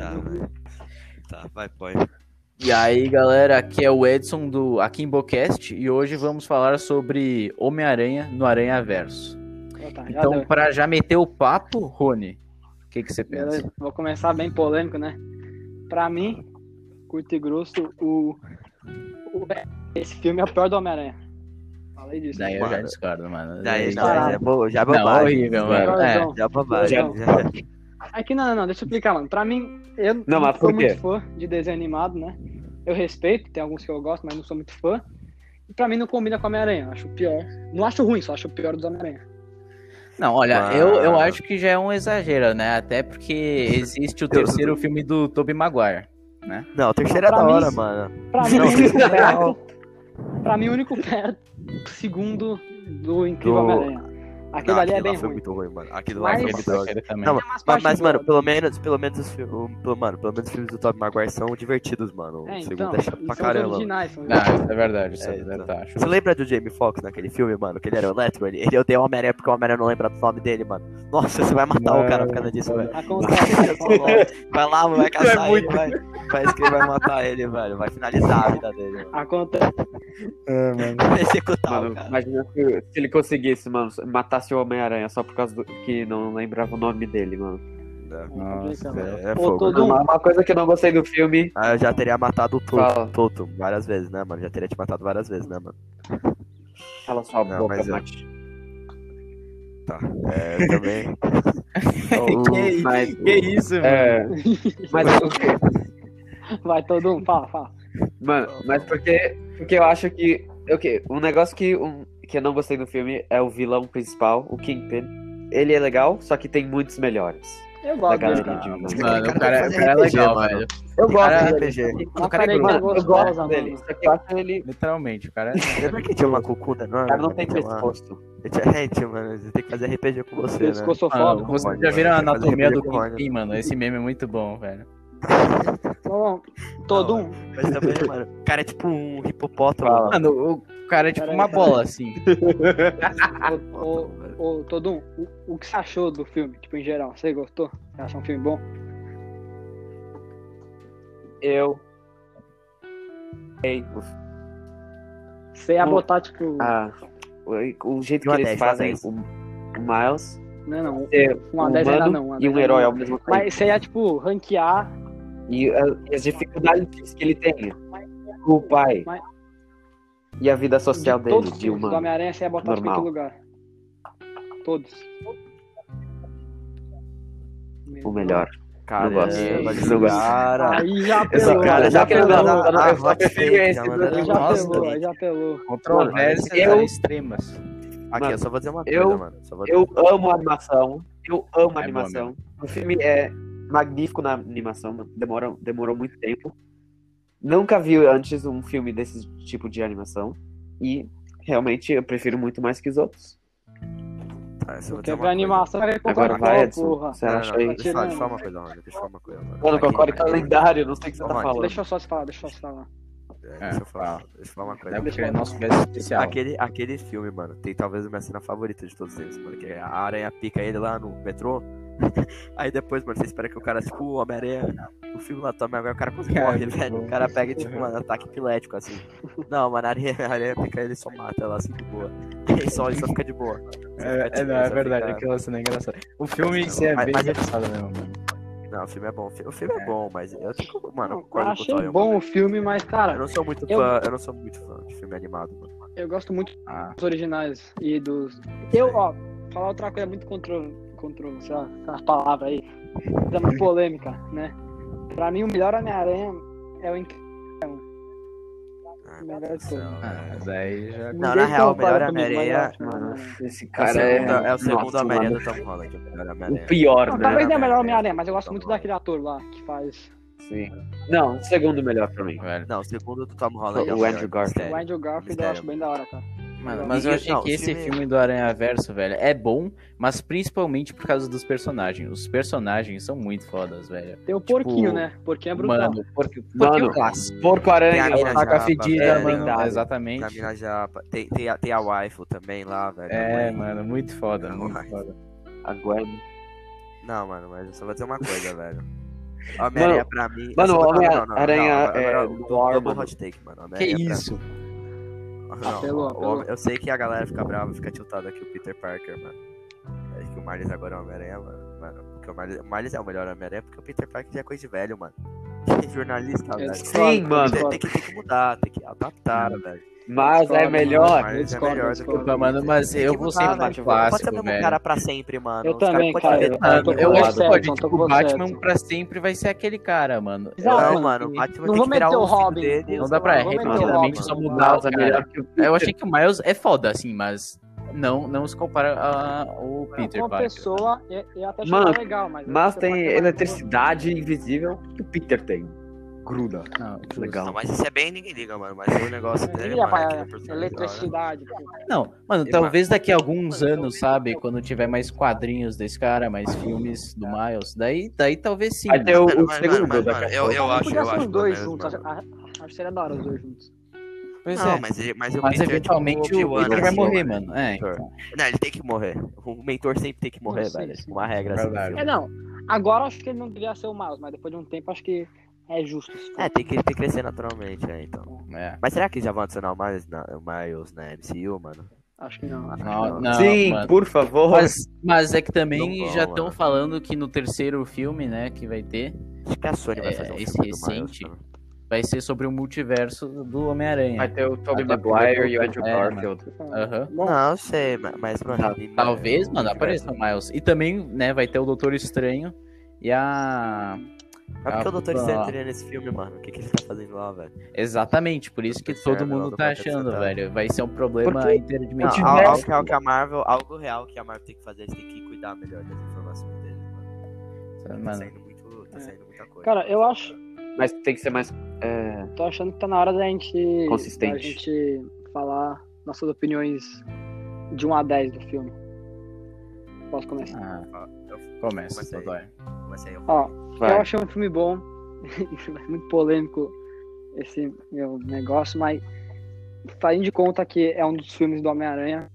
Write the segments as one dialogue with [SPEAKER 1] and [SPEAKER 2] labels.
[SPEAKER 1] Uhum. Ah, Tá, vai, põe.
[SPEAKER 2] E aí, galera, aqui é o Edson do Akimbocast e hoje vamos falar sobre Homem-Aranha no Aranha Verso.
[SPEAKER 3] Ah, tá, já
[SPEAKER 2] Então,
[SPEAKER 3] deu.
[SPEAKER 2] pra já meter o papo, Rony, o que, que você pensa?
[SPEAKER 3] Beleza, Vou começar bem polêmico, né? Pra mim, curto e grosso, o, o- esse filme é o pior do Homem-Aranha. Falei disso.
[SPEAKER 2] Daí eu
[SPEAKER 1] Mano.
[SPEAKER 2] já discordo, mano.
[SPEAKER 1] Daí
[SPEAKER 2] Eu
[SPEAKER 1] é, já,
[SPEAKER 2] discordo.
[SPEAKER 3] Caralho.
[SPEAKER 1] já, bo- já
[SPEAKER 2] Não,
[SPEAKER 1] bobagem.
[SPEAKER 2] horrível,
[SPEAKER 3] Vai,
[SPEAKER 2] mano.
[SPEAKER 3] vai,
[SPEAKER 2] É,
[SPEAKER 3] vai.
[SPEAKER 1] Já é. bobagem.
[SPEAKER 3] Não. Aqui É não, não, não, deixa eu explicar, mano. Pra mim, eu não,
[SPEAKER 4] Não, mas
[SPEAKER 3] sou
[SPEAKER 4] por quê?
[SPEAKER 3] muito fã de desenho animado, né? Eu respeito, tem alguns que eu gosto, mas não sou muito fã. E pra mim não combina com Homem-Aranha, eu acho pior. Não acho ruim, só acho pior dos Homem-Aranha.
[SPEAKER 2] Não, olha,
[SPEAKER 1] Mano.
[SPEAKER 2] eu, eu acho que já é um exagero, né? Até porque existe o
[SPEAKER 1] Deus
[SPEAKER 2] terceiro filme do Tobey Maguire.
[SPEAKER 1] Não, o terceiro é
[SPEAKER 3] Pra
[SPEAKER 1] da
[SPEAKER 3] mim,
[SPEAKER 1] hora,
[SPEAKER 3] sim.
[SPEAKER 1] mano.
[SPEAKER 3] Pra mim, o
[SPEAKER 1] Não,
[SPEAKER 3] único
[SPEAKER 4] não.
[SPEAKER 3] perto, pra mim, o único perto, segundo do Incrível
[SPEAKER 1] Do-
[SPEAKER 3] Homem-Aranha. Aquele
[SPEAKER 1] Não,
[SPEAKER 3] ali é
[SPEAKER 1] lá
[SPEAKER 3] bem
[SPEAKER 1] foi
[SPEAKER 3] ruim.
[SPEAKER 1] muito ruim, mano. Aquilo
[SPEAKER 3] Mas-
[SPEAKER 1] lá foi muito ruim. Não,
[SPEAKER 2] também.
[SPEAKER 3] Tem umas
[SPEAKER 1] Mas, mas,
[SPEAKER 3] partes
[SPEAKER 1] mano,
[SPEAKER 3] boas.
[SPEAKER 1] pelo menos, pelo menos os filmes. Pelo, mano, pelo menos os filmes do Tobey Maguire são divertidos, mano.
[SPEAKER 3] É,
[SPEAKER 1] o
[SPEAKER 3] então,
[SPEAKER 1] segundo é chato
[SPEAKER 3] e
[SPEAKER 1] pra
[SPEAKER 3] são os
[SPEAKER 1] caramba.
[SPEAKER 3] originais, né? são os
[SPEAKER 2] Não, isso é verdade, isso
[SPEAKER 1] É,
[SPEAKER 2] é,
[SPEAKER 1] então.
[SPEAKER 2] verdade. acho.
[SPEAKER 1] Você lembra do Jamie Foxx naquele filme, mano? Que ele era o Electro? Ele, ele odeia o Homem-Aranha porque o Homem-Aranha não lembra do nome dele, mano. Nossa, você vai matar o cara por causa disso, velho.
[SPEAKER 3] Acontece. né?
[SPEAKER 1] Vai lá, vai
[SPEAKER 4] Isso
[SPEAKER 1] caçar
[SPEAKER 4] é
[SPEAKER 1] ele, vai. Parece que ele vai matar ele, velho. Vai finalizar a vida dele. velho.
[SPEAKER 3] acontece.
[SPEAKER 1] Vai executar
[SPEAKER 4] Mano,
[SPEAKER 1] o cara.
[SPEAKER 4] imagina se, se ele conseguisse, mano, matasse o Homem-Aranha só por causa do, que não lembrava o nome dele, mano.
[SPEAKER 2] Nossa,
[SPEAKER 3] Complicado.
[SPEAKER 2] velho.
[SPEAKER 1] É, é
[SPEAKER 3] Ou
[SPEAKER 1] fogo.
[SPEAKER 3] todo-
[SPEAKER 1] né?
[SPEAKER 4] Uma, uma coisa que eu não gostei do filme.
[SPEAKER 1] Ah, eu já teria matado o
[SPEAKER 4] Fala.
[SPEAKER 1] Toto, Toto várias vezes, né, mano? Já teria te matado várias vezes, né, mano?
[SPEAKER 4] Cala sua
[SPEAKER 1] Não,
[SPEAKER 4] boca,
[SPEAKER 1] mas eu-
[SPEAKER 4] Mati.
[SPEAKER 1] Tá. É, eu também.
[SPEAKER 2] Que-
[SPEAKER 4] mas-
[SPEAKER 2] que isso, mano?
[SPEAKER 4] É. Mas por quê?
[SPEAKER 3] Vai todo mundo, fala, fala.
[SPEAKER 4] Mano, mas porque, porque eu acho que. O quê? Um negócio que, um, que eu não gostei do filme é o vilão principal, o Kingpin. Ele é legal, só que tem muitos melhores.
[SPEAKER 3] Eu
[SPEAKER 4] Da
[SPEAKER 3] gosto
[SPEAKER 2] Tá
[SPEAKER 4] galera
[SPEAKER 3] dele, cara.
[SPEAKER 4] de
[SPEAKER 1] Cara, fazer RPG,
[SPEAKER 2] Mano, o cara, o cara é legal,
[SPEAKER 4] vilão.
[SPEAKER 1] mano.
[SPEAKER 2] velho.
[SPEAKER 4] Eu
[SPEAKER 1] Cara,
[SPEAKER 4] gosto dele.
[SPEAKER 1] RPG.
[SPEAKER 2] O cara é grosso.
[SPEAKER 3] Uma careca
[SPEAKER 4] Mano, eu gosto
[SPEAKER 3] gostosa,
[SPEAKER 4] dele.
[SPEAKER 3] mano.
[SPEAKER 4] Só que eu acho ele.
[SPEAKER 2] Literalmente, o cara é
[SPEAKER 1] Lembra que tinha uma cucuda
[SPEAKER 4] O
[SPEAKER 1] enorme?
[SPEAKER 4] cara não tem
[SPEAKER 1] Tinha uma-
[SPEAKER 4] pescoço.
[SPEAKER 1] Gente, mano, você tem que fazer RPG com você, né?
[SPEAKER 2] Mano,
[SPEAKER 3] Pescoçofóbico.
[SPEAKER 2] vocês
[SPEAKER 1] Concordo,
[SPEAKER 2] já viram a
[SPEAKER 1] mano. Tem que fazer
[SPEAKER 2] anatomia do
[SPEAKER 1] RPG com óleo.
[SPEAKER 2] Kingpin, mano? Esse meme é muito bom, velho.
[SPEAKER 3] Bom, Todo um.
[SPEAKER 1] Mas também, mano, o cara é tipo um hipopótamo.
[SPEAKER 4] Fala.
[SPEAKER 1] Mano,
[SPEAKER 2] Mano, o cara é tipo
[SPEAKER 3] Cara,
[SPEAKER 2] uma
[SPEAKER 3] cara.
[SPEAKER 2] bola, assim.
[SPEAKER 3] Ô, ô, ô, Todum, o, o que você achou do filme, tipo, em geral? Você gostou? Você achou um filme bom?
[SPEAKER 4] Eu. Ei,
[SPEAKER 3] Você ia
[SPEAKER 4] Bom.
[SPEAKER 3] botar, tipo.
[SPEAKER 4] Ah, o, o jeito
[SPEAKER 1] Uma
[SPEAKER 4] que eles
[SPEAKER 1] dez, uma
[SPEAKER 4] fazem
[SPEAKER 1] dez.
[SPEAKER 4] o, o Miles
[SPEAKER 3] Não, é não.
[SPEAKER 4] ser
[SPEAKER 3] Uma
[SPEAKER 4] um
[SPEAKER 3] 10 ainda
[SPEAKER 4] humano
[SPEAKER 3] não. uma
[SPEAKER 4] e um
[SPEAKER 3] dez
[SPEAKER 4] herói
[SPEAKER 3] ainda
[SPEAKER 4] ao
[SPEAKER 3] não.
[SPEAKER 4] mesmo tempo.
[SPEAKER 3] Mas você ia, tipo, ranquear.
[SPEAKER 4] E ah, as dificuldades que ele tem com o pai
[SPEAKER 3] Mas-
[SPEAKER 4] e a vida
[SPEAKER 3] de
[SPEAKER 4] social
[SPEAKER 3] todos
[SPEAKER 4] dele,
[SPEAKER 3] os
[SPEAKER 4] de
[SPEAKER 3] filmes do
[SPEAKER 4] humano.
[SPEAKER 3] Homem-Aranha, você ia botar, tipo, em que
[SPEAKER 4] Normal.
[SPEAKER 3] lugar? Todos.
[SPEAKER 4] O melhor.
[SPEAKER 1] cara,
[SPEAKER 4] não gosto.
[SPEAKER 1] é- mas
[SPEAKER 4] Não gosto.
[SPEAKER 1] esse cara.
[SPEAKER 3] Aí já
[SPEAKER 1] Esse
[SPEAKER 3] apelou.
[SPEAKER 1] cara já
[SPEAKER 3] aí já
[SPEAKER 4] quero
[SPEAKER 1] quer
[SPEAKER 4] dar-
[SPEAKER 3] apelou.
[SPEAKER 1] mandar
[SPEAKER 4] dar- dar- dar-
[SPEAKER 1] feio, já
[SPEAKER 4] dar-
[SPEAKER 1] mandou-
[SPEAKER 3] Aí já
[SPEAKER 2] Nossa,
[SPEAKER 3] apelou,
[SPEAKER 2] gente.
[SPEAKER 3] aí já apelou.
[SPEAKER 2] Controvérsias
[SPEAKER 4] eu-
[SPEAKER 2] extremas.
[SPEAKER 1] Aqui,
[SPEAKER 4] Mano,
[SPEAKER 1] eu só vou dizer uma coisa,
[SPEAKER 4] eu-
[SPEAKER 1] mano. Só vou
[SPEAKER 4] Eu amo a animação. Eu
[SPEAKER 2] É
[SPEAKER 4] amo a
[SPEAKER 2] bom
[SPEAKER 4] animação. O filme é magnífico na animação, mano. Demorou, demorou muito tempo. Nunca vi antes um filme desse tipo de animação. E realmente eu prefiro muito mais que os outros.
[SPEAKER 1] Ah, só vou dizer
[SPEAKER 3] Eu quero ver
[SPEAKER 1] uma
[SPEAKER 3] a
[SPEAKER 1] coisa.
[SPEAKER 3] animação, vai ver
[SPEAKER 4] Agora vai, Edson.
[SPEAKER 3] porra.
[SPEAKER 4] Você
[SPEAKER 1] Não, não,
[SPEAKER 4] acha
[SPEAKER 1] não,
[SPEAKER 4] aí?
[SPEAKER 1] Deixa eu falar, deixa eu falar uma coisa, mano. Deixa eu falar uma coisa, mano.
[SPEAKER 4] Mano,
[SPEAKER 1] Aqui,
[SPEAKER 4] concordo com o
[SPEAKER 1] mano.
[SPEAKER 4] calendário, não sei o que você tá
[SPEAKER 1] Olha,
[SPEAKER 4] falando.
[SPEAKER 3] Deixa eu só se falar, deixa eu só se falar.
[SPEAKER 1] É, Deixa eu falar, deixa eu falar uma coisa.
[SPEAKER 2] É porque é nosso guest especial.
[SPEAKER 1] Aquele, aquele filme, mano, tem talvez a minha cena favorita de todos eles, mano, que é a aranha pica ele lá no metrô. Aí depois, mano, você espera que o cara, tipo, o Homem-Aranha, o filme lá toma, agora o cara quase
[SPEAKER 2] Cara,
[SPEAKER 1] morre,
[SPEAKER 2] muito
[SPEAKER 1] velho.
[SPEAKER 2] bom.
[SPEAKER 1] O cara pega, tipo, um ataque epilético, assim. Não, mano, a aranha, a aranha pica ele e só mata ela, assim, de boa. Aí só ele só fica tipo, de boa.
[SPEAKER 2] É, é, não, é verdade, aquela cena é engraçada. O filme em si é
[SPEAKER 1] Mas-
[SPEAKER 2] bem
[SPEAKER 1] mas-
[SPEAKER 2] engraçado mesmo, mano.
[SPEAKER 1] Não, o filme é bom, o fi- o filme é bom, mas eu tenho que, mano, eu
[SPEAKER 3] Não, eu
[SPEAKER 1] concordo com o
[SPEAKER 3] achei
[SPEAKER 1] Toyo,
[SPEAKER 3] bom
[SPEAKER 1] mano.
[SPEAKER 3] o filme, mas,
[SPEAKER 1] Eu
[SPEAKER 3] cara,
[SPEAKER 1] não sou muito
[SPEAKER 3] Eu-
[SPEAKER 1] fã, eu não sou muito fã de filme animado, mano.
[SPEAKER 3] eu gosto muito
[SPEAKER 2] Ah,
[SPEAKER 3] dos originais e dos. Eu, ó, falar outra coisa muito contro... contro... sei lá, aquelas palavras aí. Tá muito polêmica, né? Pra mim, o melhor Homem-Aranha é o. Inc-
[SPEAKER 1] Ah,
[SPEAKER 3] Melhor
[SPEAKER 1] meu Deus do
[SPEAKER 3] filme.
[SPEAKER 1] céu,
[SPEAKER 2] ah,
[SPEAKER 1] velho.
[SPEAKER 2] mas aí já.
[SPEAKER 1] Não,
[SPEAKER 3] Ninguém
[SPEAKER 1] na real, o
[SPEAKER 3] compara
[SPEAKER 1] melhor
[SPEAKER 3] comigo, mas eu
[SPEAKER 1] Homem-Aranha-
[SPEAKER 3] acho o melhor Homem-Aranha.
[SPEAKER 4] Esse
[SPEAKER 1] É o
[SPEAKER 4] cara é.
[SPEAKER 1] segundo- é o segundo
[SPEAKER 4] Nossa,
[SPEAKER 1] Homem-Aranha do
[SPEAKER 4] mano,
[SPEAKER 1] Tom Holland. o melhor
[SPEAKER 4] O
[SPEAKER 1] Homem-Aranha.
[SPEAKER 4] pior,
[SPEAKER 3] Não,
[SPEAKER 4] né?
[SPEAKER 3] talvez não é o melhor
[SPEAKER 1] Homem-Aranha.
[SPEAKER 3] Homem-Aranha, mas eu gosto
[SPEAKER 1] Tá
[SPEAKER 3] muito
[SPEAKER 1] bom.
[SPEAKER 3] daquele ator lá que faz
[SPEAKER 4] Sim. Não, o segundo melhor pra mim.
[SPEAKER 2] Velho.
[SPEAKER 1] Não, o segundo do Tom Holland. é
[SPEAKER 4] O
[SPEAKER 1] melhor,
[SPEAKER 4] Andrew Garfield.
[SPEAKER 3] o
[SPEAKER 1] sério.
[SPEAKER 3] Andrew Garfield, eu
[SPEAKER 1] Mistério.
[SPEAKER 3] acho bem da hora, cara.
[SPEAKER 2] Mano, mas eu
[SPEAKER 1] E-
[SPEAKER 2] achei
[SPEAKER 1] não,
[SPEAKER 2] que
[SPEAKER 1] o
[SPEAKER 2] esse
[SPEAKER 1] filme-
[SPEAKER 2] filme do Aranha Verso, velho, é bom, mas principalmente por causa dos personagens. Os personagens são muito fodas, velho.
[SPEAKER 3] Tem o porquinho, né? Porquinho é brutal.
[SPEAKER 2] Mano, porque, porque
[SPEAKER 4] Mano,
[SPEAKER 2] o clássico.
[SPEAKER 4] Porco
[SPEAKER 1] Tem
[SPEAKER 4] Aranha.
[SPEAKER 1] a mina
[SPEAKER 4] mano.
[SPEAKER 2] Saca
[SPEAKER 1] japa,
[SPEAKER 2] fedida,
[SPEAKER 4] é,
[SPEAKER 2] mano.
[SPEAKER 4] lendário.
[SPEAKER 1] Tem a
[SPEAKER 2] Exatamente.
[SPEAKER 1] mina japa. Tem, tem, a, tem a waifu também lá, velho.
[SPEAKER 2] É,
[SPEAKER 1] Mas-
[SPEAKER 2] mano, muito foda,
[SPEAKER 1] Não,
[SPEAKER 2] muito
[SPEAKER 1] mas-
[SPEAKER 2] foda.
[SPEAKER 4] A Gwen.
[SPEAKER 1] Não, mano, mas eu só vou dizer uma coisa, velho. Homem-Aranha pra mim.
[SPEAKER 4] mano,
[SPEAKER 1] Não, não,
[SPEAKER 4] Homem-
[SPEAKER 1] não, não,
[SPEAKER 4] Aranha,
[SPEAKER 1] não,
[SPEAKER 4] é,
[SPEAKER 1] agora
[SPEAKER 4] no
[SPEAKER 1] eu dou-
[SPEAKER 4] ar,
[SPEAKER 1] dou uma
[SPEAKER 4] mano.
[SPEAKER 1] hot take, mano.
[SPEAKER 2] Que
[SPEAKER 1] Homem-Aranha é pra-
[SPEAKER 2] isso?
[SPEAKER 3] Ah,
[SPEAKER 1] Não,
[SPEAKER 3] Apelou,
[SPEAKER 1] o
[SPEAKER 3] apelou.
[SPEAKER 1] Homem- Eu sei que a galera fica brava, fica tiltada que o Peter Parker, mano. É que o Miles agora é o Homem-Aranha, mano. Mano, porque o Miles, o Miles é o melhor Homem-Aranha porque o Peter Parker já é coisa de velho, mano. É Jornalista, velho.
[SPEAKER 3] discordo,
[SPEAKER 4] Sim,
[SPEAKER 3] eu
[SPEAKER 1] Tem,
[SPEAKER 4] mano.
[SPEAKER 3] discordo.
[SPEAKER 1] tem que, tem que mudar, tem que adaptar, velho.
[SPEAKER 4] Mas é
[SPEAKER 3] discordo,
[SPEAKER 4] melhor.
[SPEAKER 1] Mas é
[SPEAKER 3] discordo, eu
[SPEAKER 1] melhor do que o
[SPEAKER 3] discordo.
[SPEAKER 1] Peter.
[SPEAKER 2] Não, mano, mas
[SPEAKER 1] Tem que
[SPEAKER 2] eu vou
[SPEAKER 1] mudar,
[SPEAKER 2] sempre
[SPEAKER 1] velho. Pode
[SPEAKER 2] mais
[SPEAKER 1] ser o
[SPEAKER 2] é clássico,
[SPEAKER 1] mesmo
[SPEAKER 2] velho.
[SPEAKER 1] cara pra sempre, mano.
[SPEAKER 3] Eu
[SPEAKER 1] Os caras
[SPEAKER 3] também,
[SPEAKER 1] podem
[SPEAKER 3] cara.
[SPEAKER 1] inventar,
[SPEAKER 3] Eu tô-
[SPEAKER 2] Mano,
[SPEAKER 1] mano.
[SPEAKER 3] com
[SPEAKER 2] eu
[SPEAKER 3] você,
[SPEAKER 2] acho que pode,
[SPEAKER 3] Edson, tô
[SPEAKER 2] tipo,
[SPEAKER 3] com
[SPEAKER 2] o
[SPEAKER 3] você,
[SPEAKER 2] Batman
[SPEAKER 3] Edson.
[SPEAKER 2] pra sempre vai ser aquele cara, mano.
[SPEAKER 3] Exato.
[SPEAKER 2] Eu-
[SPEAKER 1] Não, mano, o Batman
[SPEAKER 3] Não
[SPEAKER 1] tem
[SPEAKER 3] vou
[SPEAKER 1] que virar
[SPEAKER 3] meter o
[SPEAKER 1] o filho
[SPEAKER 3] Robin.
[SPEAKER 1] dele.
[SPEAKER 2] Não dá pra
[SPEAKER 3] Vou meter o
[SPEAKER 2] resumidamente
[SPEAKER 3] Robin.
[SPEAKER 2] só mudar o
[SPEAKER 4] Nossa,
[SPEAKER 2] cara.
[SPEAKER 4] é melhor que o
[SPEAKER 2] Eu achei que o Miles é foda, assim, mas não, não se compara a- ao Peter
[SPEAKER 3] Uma
[SPEAKER 2] Parker.
[SPEAKER 3] pessoa é, é até
[SPEAKER 4] Mano,
[SPEAKER 3] achar legal, mas.
[SPEAKER 4] Mas
[SPEAKER 3] você
[SPEAKER 4] tem
[SPEAKER 3] pode levar em
[SPEAKER 4] eletricidade invisível que o Peter tem. Gruda.
[SPEAKER 2] Não,
[SPEAKER 1] Não,
[SPEAKER 4] Legal.
[SPEAKER 1] mas isso é bem ninguém liga, mano. Mas o negócio
[SPEAKER 3] conta.
[SPEAKER 1] dele,
[SPEAKER 3] Ninguém
[SPEAKER 1] mano, é
[SPEAKER 3] vai
[SPEAKER 1] aquele personagem da hora.
[SPEAKER 3] Eletricidade.
[SPEAKER 2] Não, mano,
[SPEAKER 1] E,
[SPEAKER 2] talvez daqui a alguns
[SPEAKER 3] mano,
[SPEAKER 2] anos, sabe? Quando tiver mais quadrinhos desse cara, mais filmes do
[SPEAKER 1] Tá.
[SPEAKER 2] Miles, daí, daí talvez sim.
[SPEAKER 4] Aí tem o,
[SPEAKER 1] Mano,
[SPEAKER 4] o
[SPEAKER 1] mas,
[SPEAKER 4] segundo
[SPEAKER 1] mano,
[SPEAKER 4] da
[SPEAKER 1] mano,
[SPEAKER 4] Capcom.
[SPEAKER 1] eu, eu acho,
[SPEAKER 3] Podia
[SPEAKER 1] eu
[SPEAKER 3] ser
[SPEAKER 1] acho.
[SPEAKER 3] os dois
[SPEAKER 1] pelo menos,
[SPEAKER 3] juntos.
[SPEAKER 1] mano.
[SPEAKER 3] a- a- Acho que seria da hora os dois juntos.
[SPEAKER 2] Pois
[SPEAKER 1] Não,
[SPEAKER 2] é.
[SPEAKER 1] mas, ele- mas o
[SPEAKER 2] Mas
[SPEAKER 1] Peter,
[SPEAKER 2] eventualmente
[SPEAKER 1] tipo,
[SPEAKER 2] o Peter
[SPEAKER 1] Obi-Wan,
[SPEAKER 2] vai
[SPEAKER 1] assim,
[SPEAKER 2] morrer, mano. É,
[SPEAKER 1] Sure.
[SPEAKER 2] então.
[SPEAKER 1] Não, ele tem que morrer. O mentor sempre tem que morrer,
[SPEAKER 3] Não, sim,
[SPEAKER 1] velho. É
[SPEAKER 3] sim.
[SPEAKER 1] tipo uma regra assim.
[SPEAKER 2] Verdade.
[SPEAKER 3] É, não. Agora acho que ele não devia ser o Miles, mas depois de um tempo acho que é justo.
[SPEAKER 1] É, tem que, tem que crescer naturalmente, né, então.
[SPEAKER 2] É.
[SPEAKER 1] Mas será que já vão adicionar o Miles na, o Miles na MCU, mano?
[SPEAKER 3] Acho que
[SPEAKER 4] Hum.
[SPEAKER 3] não.
[SPEAKER 2] Não, não,
[SPEAKER 4] Sim,
[SPEAKER 2] mano.
[SPEAKER 4] por favor.
[SPEAKER 2] Mas, mas é que também
[SPEAKER 1] Não vão,
[SPEAKER 2] já estão
[SPEAKER 1] mano.
[SPEAKER 2] falando que no terceiro filme, né, que vai ter,
[SPEAKER 1] Acho que a Sony vai fazer um
[SPEAKER 2] É, esse
[SPEAKER 1] filme do Miles,
[SPEAKER 2] recente?
[SPEAKER 1] né?
[SPEAKER 2] vai ser sobre o multiverso do Homem-Aranha.
[SPEAKER 4] Vai ter o Tobey
[SPEAKER 2] Até porque
[SPEAKER 4] Maguire e
[SPEAKER 2] eu-
[SPEAKER 4] o Andrew
[SPEAKER 2] é,
[SPEAKER 4] Garfield.
[SPEAKER 2] Aham.
[SPEAKER 1] Não, eu sei, ma- mas, mano. ele-
[SPEAKER 2] Talvez, mano,
[SPEAKER 1] o
[SPEAKER 2] apareça o
[SPEAKER 1] universo-
[SPEAKER 2] Miles. E também, né, vai ter o Doutor Estranho e a.
[SPEAKER 1] Mas por que o Doutor
[SPEAKER 2] Ah.
[SPEAKER 1] Estranho nesse filme, mano? O que, que ele tá fazendo lá, velho?
[SPEAKER 2] Exatamente, por isso que
[SPEAKER 1] Doutor
[SPEAKER 2] todo
[SPEAKER 1] Estranho, Ah,
[SPEAKER 2] mundo
[SPEAKER 1] Doutor
[SPEAKER 2] tá
[SPEAKER 1] Marvel
[SPEAKER 2] achando,
[SPEAKER 1] Fantasma.
[SPEAKER 2] velho. Vai ser um problema
[SPEAKER 4] Porque-
[SPEAKER 1] Não,
[SPEAKER 2] interdimentimental.
[SPEAKER 1] al-
[SPEAKER 4] tiver-
[SPEAKER 1] algo real que a Marvel, algo real que a Marvel tem que fazer, eles têm que cuidar melhor das informações deles, mano. Tá
[SPEAKER 2] Mano.
[SPEAKER 1] saindo muito, tá
[SPEAKER 3] É.
[SPEAKER 1] saindo muita coisa.
[SPEAKER 3] Cara, eu acho-
[SPEAKER 4] Mas tem que ser mais. é,
[SPEAKER 3] Tô achando que tá na hora da gente.
[SPEAKER 4] Consistente.
[SPEAKER 3] Da gente falar nossas opiniões de 1 a 10 do filme. Posso começar?
[SPEAKER 2] Ah,
[SPEAKER 1] Eu-
[SPEAKER 2] começa,
[SPEAKER 1] Começa aí.
[SPEAKER 2] Dodói.
[SPEAKER 1] Mas aí eu
[SPEAKER 3] Ó, Eu
[SPEAKER 4] vai.
[SPEAKER 3] achei um filme bom. é muito polêmico esse meu negócio, mas fazendo de conta que é um dos filmes do Homem-Aranha,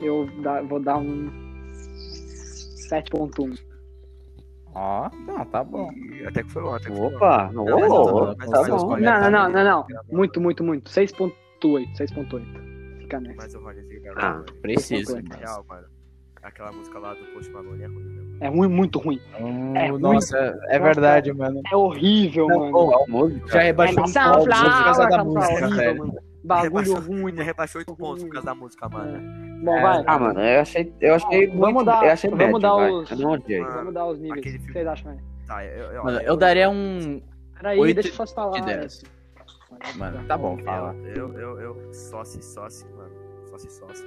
[SPEAKER 3] eu dá- vou dar um 7.1.
[SPEAKER 2] Ó, não, tá bom.
[SPEAKER 1] Até que foi bom, até que foi bom.
[SPEAKER 4] Opa!
[SPEAKER 1] Não, mas
[SPEAKER 4] ô,
[SPEAKER 1] não, mas
[SPEAKER 4] tá
[SPEAKER 1] mas
[SPEAKER 4] bom. Tá
[SPEAKER 1] os
[SPEAKER 2] Não,
[SPEAKER 1] comentários
[SPEAKER 3] não, não,
[SPEAKER 1] dele-
[SPEAKER 3] não, não. Muito, muito, muito. 6.8, 6.8. Fica nessa.
[SPEAKER 1] Mas o é Rogerzinho
[SPEAKER 4] Ah,
[SPEAKER 1] gravou. velho.
[SPEAKER 2] Preciso,
[SPEAKER 1] Na
[SPEAKER 2] mas.
[SPEAKER 1] real, mano. Aquela música lá do Post Malone é ruim, mesmo.
[SPEAKER 3] É ruim, muito ruim.
[SPEAKER 2] Hum,
[SPEAKER 3] É ruim.
[SPEAKER 2] nossa, é verdade, mano.
[SPEAKER 3] É horrível,
[SPEAKER 4] Não,
[SPEAKER 3] mano.
[SPEAKER 4] ô, a música.
[SPEAKER 2] Já rebaixou um
[SPEAKER 3] Sunflower,
[SPEAKER 2] pouco por causa da
[SPEAKER 3] Sunflower,
[SPEAKER 2] música,
[SPEAKER 3] é horrível,
[SPEAKER 2] velho.
[SPEAKER 3] mano. Bagulho
[SPEAKER 1] Rebaixou.
[SPEAKER 3] ruim.
[SPEAKER 1] Ele
[SPEAKER 3] né?
[SPEAKER 1] é rebaixou 8 pontos por causa da música, mano.
[SPEAKER 3] Bom, vai.
[SPEAKER 4] Ah, mano, eu achei. Eu achei
[SPEAKER 3] Vamos
[SPEAKER 4] muito-
[SPEAKER 3] dar-
[SPEAKER 4] eu achei
[SPEAKER 3] vamos
[SPEAKER 4] médio,
[SPEAKER 3] dar
[SPEAKER 4] vai.
[SPEAKER 3] os-
[SPEAKER 4] Eu não odiei.
[SPEAKER 1] Ah,
[SPEAKER 3] Vamos dar os níveis.
[SPEAKER 1] aquele
[SPEAKER 3] O que
[SPEAKER 1] filme-
[SPEAKER 3] vocês acham, né?
[SPEAKER 1] Tá, eu, eu,
[SPEAKER 2] Mano, eu daria um
[SPEAKER 3] Peraí,
[SPEAKER 2] Oito
[SPEAKER 3] deixa eu só falar.
[SPEAKER 2] de
[SPEAKER 3] né?
[SPEAKER 2] 10. Mano, tá bom, fala.
[SPEAKER 1] Eu, eu, eu, sócio, sócio, mano. Sócio, sócio.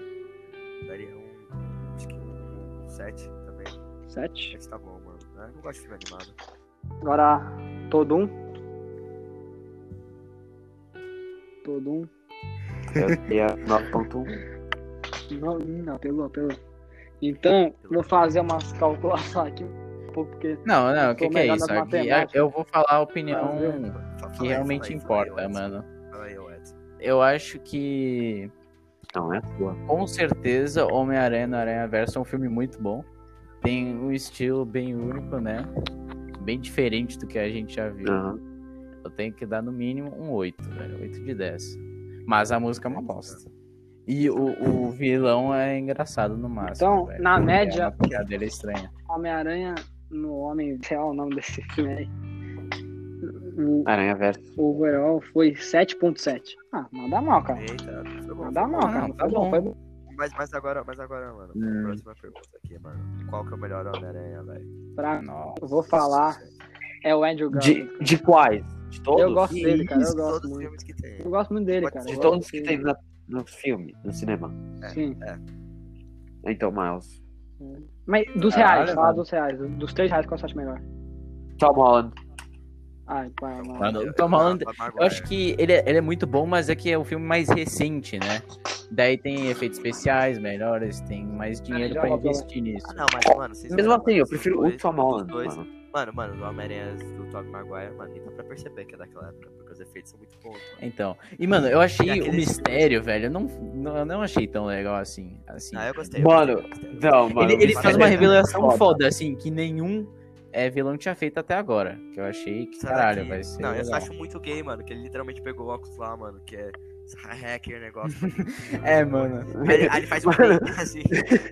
[SPEAKER 1] Daria um. Acho que um 7 também.
[SPEAKER 3] 7.
[SPEAKER 1] 7 tá bom, mano. Eu não gosto de filme animado.
[SPEAKER 3] Agora, todo um. Todo um.
[SPEAKER 4] Eu dei a 9.1.
[SPEAKER 3] Não, não, apelou, apelou. Então, vou fazer umas calculações aqui um pouco, porque.
[SPEAKER 2] Não, não, o
[SPEAKER 3] Eu
[SPEAKER 2] que,
[SPEAKER 3] sou
[SPEAKER 2] que é
[SPEAKER 3] melhor
[SPEAKER 2] isso?
[SPEAKER 3] nas
[SPEAKER 2] Aqui
[SPEAKER 3] matemática.
[SPEAKER 2] eu vou falar a
[SPEAKER 3] Prazer.
[SPEAKER 2] opinião
[SPEAKER 1] Fa- fala
[SPEAKER 2] que
[SPEAKER 1] aí,
[SPEAKER 2] realmente
[SPEAKER 1] fala aí, fala aí,
[SPEAKER 2] importa,
[SPEAKER 1] Edson.
[SPEAKER 2] mano.
[SPEAKER 1] Fala aí, ô Edson.
[SPEAKER 2] Eu acho que,
[SPEAKER 4] Não, é sua.
[SPEAKER 2] com certeza, Homem-Aranha no Aranha Verso é um filme muito bom. Tem um estilo bem único, né? Bem diferente do que a gente já viu.
[SPEAKER 4] Aham.
[SPEAKER 2] Eu tenho que dar no mínimo um 8, velho. 8 de 10. Mas a música é uma bosta. E o, o vilão é engraçado no máximo.
[SPEAKER 3] Então,
[SPEAKER 2] velho.
[SPEAKER 3] na
[SPEAKER 2] É
[SPEAKER 3] média-
[SPEAKER 2] Uma piadeira estranha.
[SPEAKER 3] Homem-Aranha no Homem, sei lá o nome desse filme aí. O,
[SPEAKER 4] Aranha Verso.
[SPEAKER 3] o overall foi 7.7. Ah, nada mal, cara.
[SPEAKER 1] Eita, foi bom.
[SPEAKER 3] Nada
[SPEAKER 1] foi
[SPEAKER 3] mal,
[SPEAKER 1] bom.
[SPEAKER 3] cara.
[SPEAKER 2] não, tá
[SPEAKER 3] Foi
[SPEAKER 2] bom.
[SPEAKER 3] Foi bom.
[SPEAKER 1] Mas, mas agora, mas agora, mano,
[SPEAKER 4] Hum.
[SPEAKER 1] próxima pergunta aqui, mano. Qual que é o melhor Homem-Aranha, velho?
[SPEAKER 3] Pra,
[SPEAKER 2] Nossa.
[SPEAKER 3] eu vou falar, é o Andrew Garfield.
[SPEAKER 4] De, de quais? De todos?
[SPEAKER 3] Eu gosto dele, cara. Eu
[SPEAKER 1] Isso,
[SPEAKER 3] gosto
[SPEAKER 1] todos os
[SPEAKER 3] muito.
[SPEAKER 1] filmes que tem.
[SPEAKER 3] Eu gosto muito dele, cara.
[SPEAKER 4] De
[SPEAKER 3] Eu
[SPEAKER 4] todos
[SPEAKER 3] gosto
[SPEAKER 4] que
[SPEAKER 3] dele.
[SPEAKER 4] tem na- no filme, no cinema.
[SPEAKER 1] É,
[SPEAKER 3] Sim.
[SPEAKER 4] Então, Miles.
[SPEAKER 3] Mas dos
[SPEAKER 2] Caralho,
[SPEAKER 3] reais, fala
[SPEAKER 2] mano.
[SPEAKER 3] dos reais. Dos três reais, qual você acha melhor?
[SPEAKER 4] Tom Holland.
[SPEAKER 3] Ai, pai, mano.
[SPEAKER 2] Mano,
[SPEAKER 1] Eu-
[SPEAKER 2] o Tom Holland,
[SPEAKER 1] Tom Maguire.
[SPEAKER 2] Eu acho que ele é, ele é muito bom, mas é que é um filme mais recente, né? Daí tem efeitos especiais melhores, tem mais dinheiro
[SPEAKER 3] já um.
[SPEAKER 2] pra
[SPEAKER 3] roubou,
[SPEAKER 2] investir nisso.
[SPEAKER 1] Ah, não, mas, mano, vocês
[SPEAKER 4] Mesmo
[SPEAKER 1] olham,
[SPEAKER 4] assim,
[SPEAKER 1] mano,
[SPEAKER 4] eu
[SPEAKER 1] os
[SPEAKER 4] prefiro o
[SPEAKER 1] dois-
[SPEAKER 4] Tom
[SPEAKER 1] os
[SPEAKER 4] Holland.
[SPEAKER 1] dois-
[SPEAKER 4] mano.
[SPEAKER 1] Mano, mano, o Homem-Aranha do Tobey Maguire, mano, nem dá pra perceber que é daquela época, porque os efeitos são muito bons, mano.
[SPEAKER 2] Então, e mano, eu
[SPEAKER 1] E
[SPEAKER 2] achei o
[SPEAKER 1] aqueles
[SPEAKER 2] mistério, velho, eu não, não, eu não achei tão legal assim. assim.
[SPEAKER 1] Ah, eu gostei.
[SPEAKER 4] Mano,
[SPEAKER 1] eu gostei, eu gostei.
[SPEAKER 4] Não, mano.
[SPEAKER 2] ele ele fez
[SPEAKER 4] o
[SPEAKER 2] uma
[SPEAKER 4] Homem-Aranha é
[SPEAKER 2] revelação
[SPEAKER 4] foda.
[SPEAKER 2] foda. assim, que nenhum é, vilão tinha feito até agora. Que eu achei que,
[SPEAKER 1] Será
[SPEAKER 2] caralho,
[SPEAKER 1] que-
[SPEAKER 2] vai ser.
[SPEAKER 1] Não, eu só
[SPEAKER 2] legal.
[SPEAKER 1] acho muito gay, mano, que ele literalmente pegou o óculos lá, mano, que é hacker, negócio.
[SPEAKER 2] É, mano.
[SPEAKER 1] aí, ele- aí ele faz um clipe, assim,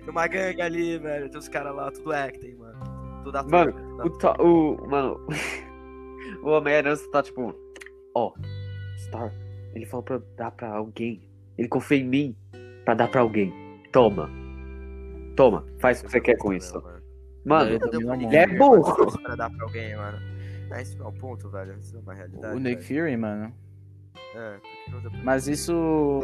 [SPEAKER 1] numa gangue ali, velho, tem os caras lá, tudo acting, mano. Tudo ator.
[SPEAKER 4] Mano,
[SPEAKER 1] tudo
[SPEAKER 4] O, to- o- mano, o Homem-Aranha só tá tipo, ó, Star, ele falou pra eu dar pra alguém. Ele confia em mim pra dar pra alguém. Toma. Toma, faz o que você quer com isso.
[SPEAKER 1] Mano,
[SPEAKER 4] Mano,
[SPEAKER 2] Ele domina o
[SPEAKER 1] Ele
[SPEAKER 2] mundo.
[SPEAKER 4] é burro.
[SPEAKER 1] Pra dar pra alguém, mano. Ah, isso não é um ponto, velho. Isso não é uma realidade.
[SPEAKER 2] O Nick
[SPEAKER 1] velho.
[SPEAKER 2] Fury, mano.
[SPEAKER 1] É, porque não deu pra-
[SPEAKER 2] Mas isso.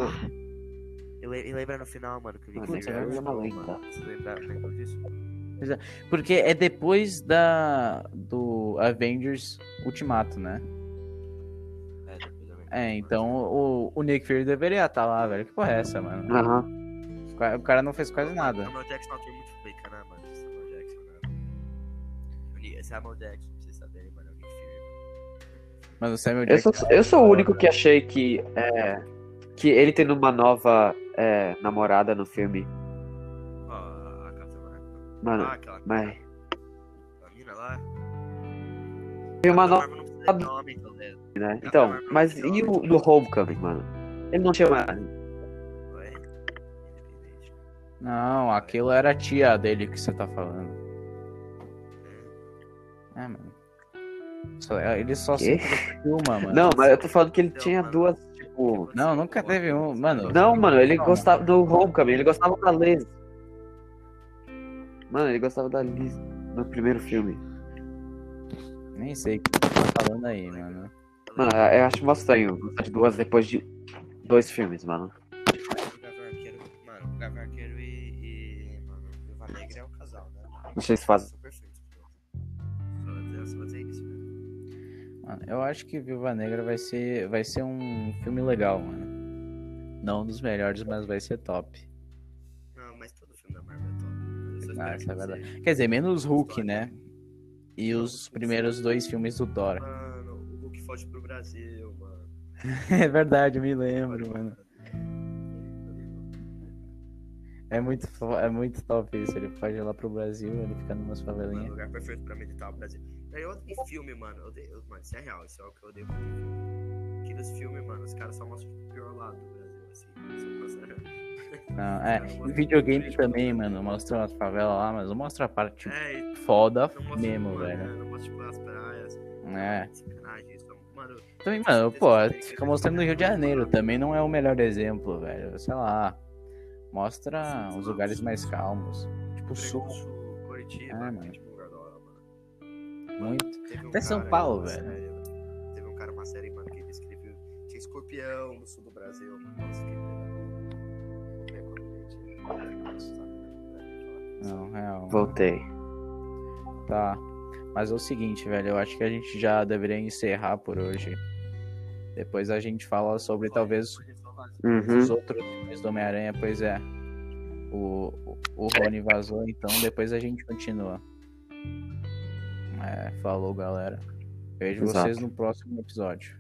[SPEAKER 1] E le- e lembra no final, mano, que o Nick
[SPEAKER 4] Mano,
[SPEAKER 1] Fury
[SPEAKER 2] é
[SPEAKER 1] era
[SPEAKER 4] uma
[SPEAKER 1] um
[SPEAKER 4] lenda.
[SPEAKER 1] mano. Você lembra, lembra disso?
[SPEAKER 2] Porque é depois da. Do Avengers Ultimato, né?
[SPEAKER 1] É, depois eu lembro.
[SPEAKER 2] É, então o, o Nick Fury deveria estar lá, velho. Que porra é essa, mano?
[SPEAKER 4] aham.
[SPEAKER 2] O cara- O cara não fez quase nada.
[SPEAKER 1] Samuel Jackson é um ator muito fake, né, mano? Esse Samuel Jackson, né? O Ni- Samuel Jackson, pra vocês saberem, mano, é o Nick Fury.
[SPEAKER 2] Mas o Samuel
[SPEAKER 4] Eu, sou,
[SPEAKER 2] Jackson.
[SPEAKER 4] eu sou o único que achei que é, que ele tendo uma nova é, namorada no filme.
[SPEAKER 1] Ó, a Capitã Marvel.
[SPEAKER 4] Mano,
[SPEAKER 1] Ah, aquela
[SPEAKER 4] mas
[SPEAKER 1] a mina lá.
[SPEAKER 4] tem uma nova.
[SPEAKER 1] Marvel não precisa de nome, então, né?
[SPEAKER 4] Né? Então, mas e o do Homecoming, mano? Ele não chama.
[SPEAKER 1] É independente.
[SPEAKER 2] Não, aquilo era a tia dele que você tá falando.
[SPEAKER 1] Hum.
[SPEAKER 2] É, mano. Só- Ele só
[SPEAKER 4] Quê?
[SPEAKER 2] se filma, mano.
[SPEAKER 4] Não, mas eu tô falando que ele
[SPEAKER 1] Não,
[SPEAKER 4] tinha
[SPEAKER 1] Então, mano. assim,
[SPEAKER 4] duas, tipo.
[SPEAKER 2] Não, nunca teve um, mano.
[SPEAKER 4] Não, mano, ele
[SPEAKER 2] Não,
[SPEAKER 4] gostava do Homecoming, ele gostava da Liz. Mano, ele gostava da Liz no primeiro filme.
[SPEAKER 2] Nem sei o que você tá falando aí, mano.
[SPEAKER 4] Mano, eu acho mó estranho gostar de duas depois de dois filmes, mano.
[SPEAKER 1] O Gavião Arqueiro, mano, o Gavião Arqueiro e, e mano, o Viúva Negra é um casal, né?
[SPEAKER 4] Vocês fazem.
[SPEAKER 1] São perfeitos. pô. Só dizer- Só dizer isso, né? velho.
[SPEAKER 2] Mano, eu acho que Viúva Negra vai ser, vai ser um filme legal, mano. Não um dos melhores, mas vai ser top.
[SPEAKER 1] Não, mas todo filme da Marvel é top. Eu só espero
[SPEAKER 2] Ah, essa é
[SPEAKER 1] que
[SPEAKER 2] verdade.
[SPEAKER 1] seja-
[SPEAKER 2] Quer dizer, menos Hulk, né? E os primeiros dois filmes do Thor.
[SPEAKER 1] Mano, o Hulk foge pro Brasil, mano.
[SPEAKER 2] É verdade, eu me lembro, mano. É muito, fo- é muito top isso. Ele pode ir lá pro Brasil, ele fica numas
[SPEAKER 1] Mano, o
[SPEAKER 2] favelinhas.
[SPEAKER 1] lugar perfeito pra meditar é o Brasil. Velho, Eu odeio filme, mano. Eu odeio, mano, isso é real, isso é o que eu odeio muito. em filme. Que nos filmes, mano, os caras só mostram o pior lado do Brasil, assim. Só mostra-
[SPEAKER 2] Não, é. E videogame também, mano. Mostra umas favelas lá, mas não mostra a parte
[SPEAKER 1] É, e
[SPEAKER 2] foda
[SPEAKER 1] não mostra
[SPEAKER 2] Tipo mesmo,
[SPEAKER 1] mano,
[SPEAKER 2] velho.
[SPEAKER 1] Não mostra tipo, as praias.
[SPEAKER 2] É.
[SPEAKER 1] Sacanagem, isso. é- Mano,
[SPEAKER 2] Também, mano, pô, fica mostrando o Rio de Janeiro. Também não é o melhor exemplo, velho. Sei lá. Mostra os lugares mais calmos. Tipo,
[SPEAKER 1] Sul,
[SPEAKER 2] sul.
[SPEAKER 1] Curitiba,
[SPEAKER 2] Ah,
[SPEAKER 1] tem
[SPEAKER 2] mano.
[SPEAKER 1] tipo lugar da hora, mano.
[SPEAKER 2] Muito.
[SPEAKER 1] Teve um
[SPEAKER 2] Até São
[SPEAKER 1] cara,
[SPEAKER 2] Paulo,
[SPEAKER 1] uma
[SPEAKER 2] velho.
[SPEAKER 1] série- teve um cara, uma série, mano, que ele escreveu. Tinha escorpião no sul do Brasil, mano. Nossa, que né? é
[SPEAKER 2] Não, real.
[SPEAKER 4] Voltei.
[SPEAKER 2] Tá. Mas é o seguinte, velho, eu acho que a gente já deveria encerrar por hoje. Depois a gente fala sobre talvez os
[SPEAKER 4] Uhum.
[SPEAKER 2] outros filmes do Homem-Aranha, pois é. O, o- o
[SPEAKER 4] É.
[SPEAKER 2] Rony vazou, então depois a gente continua. É, falou, galera. Vejo
[SPEAKER 4] Exato.
[SPEAKER 2] vocês no próximo episódio.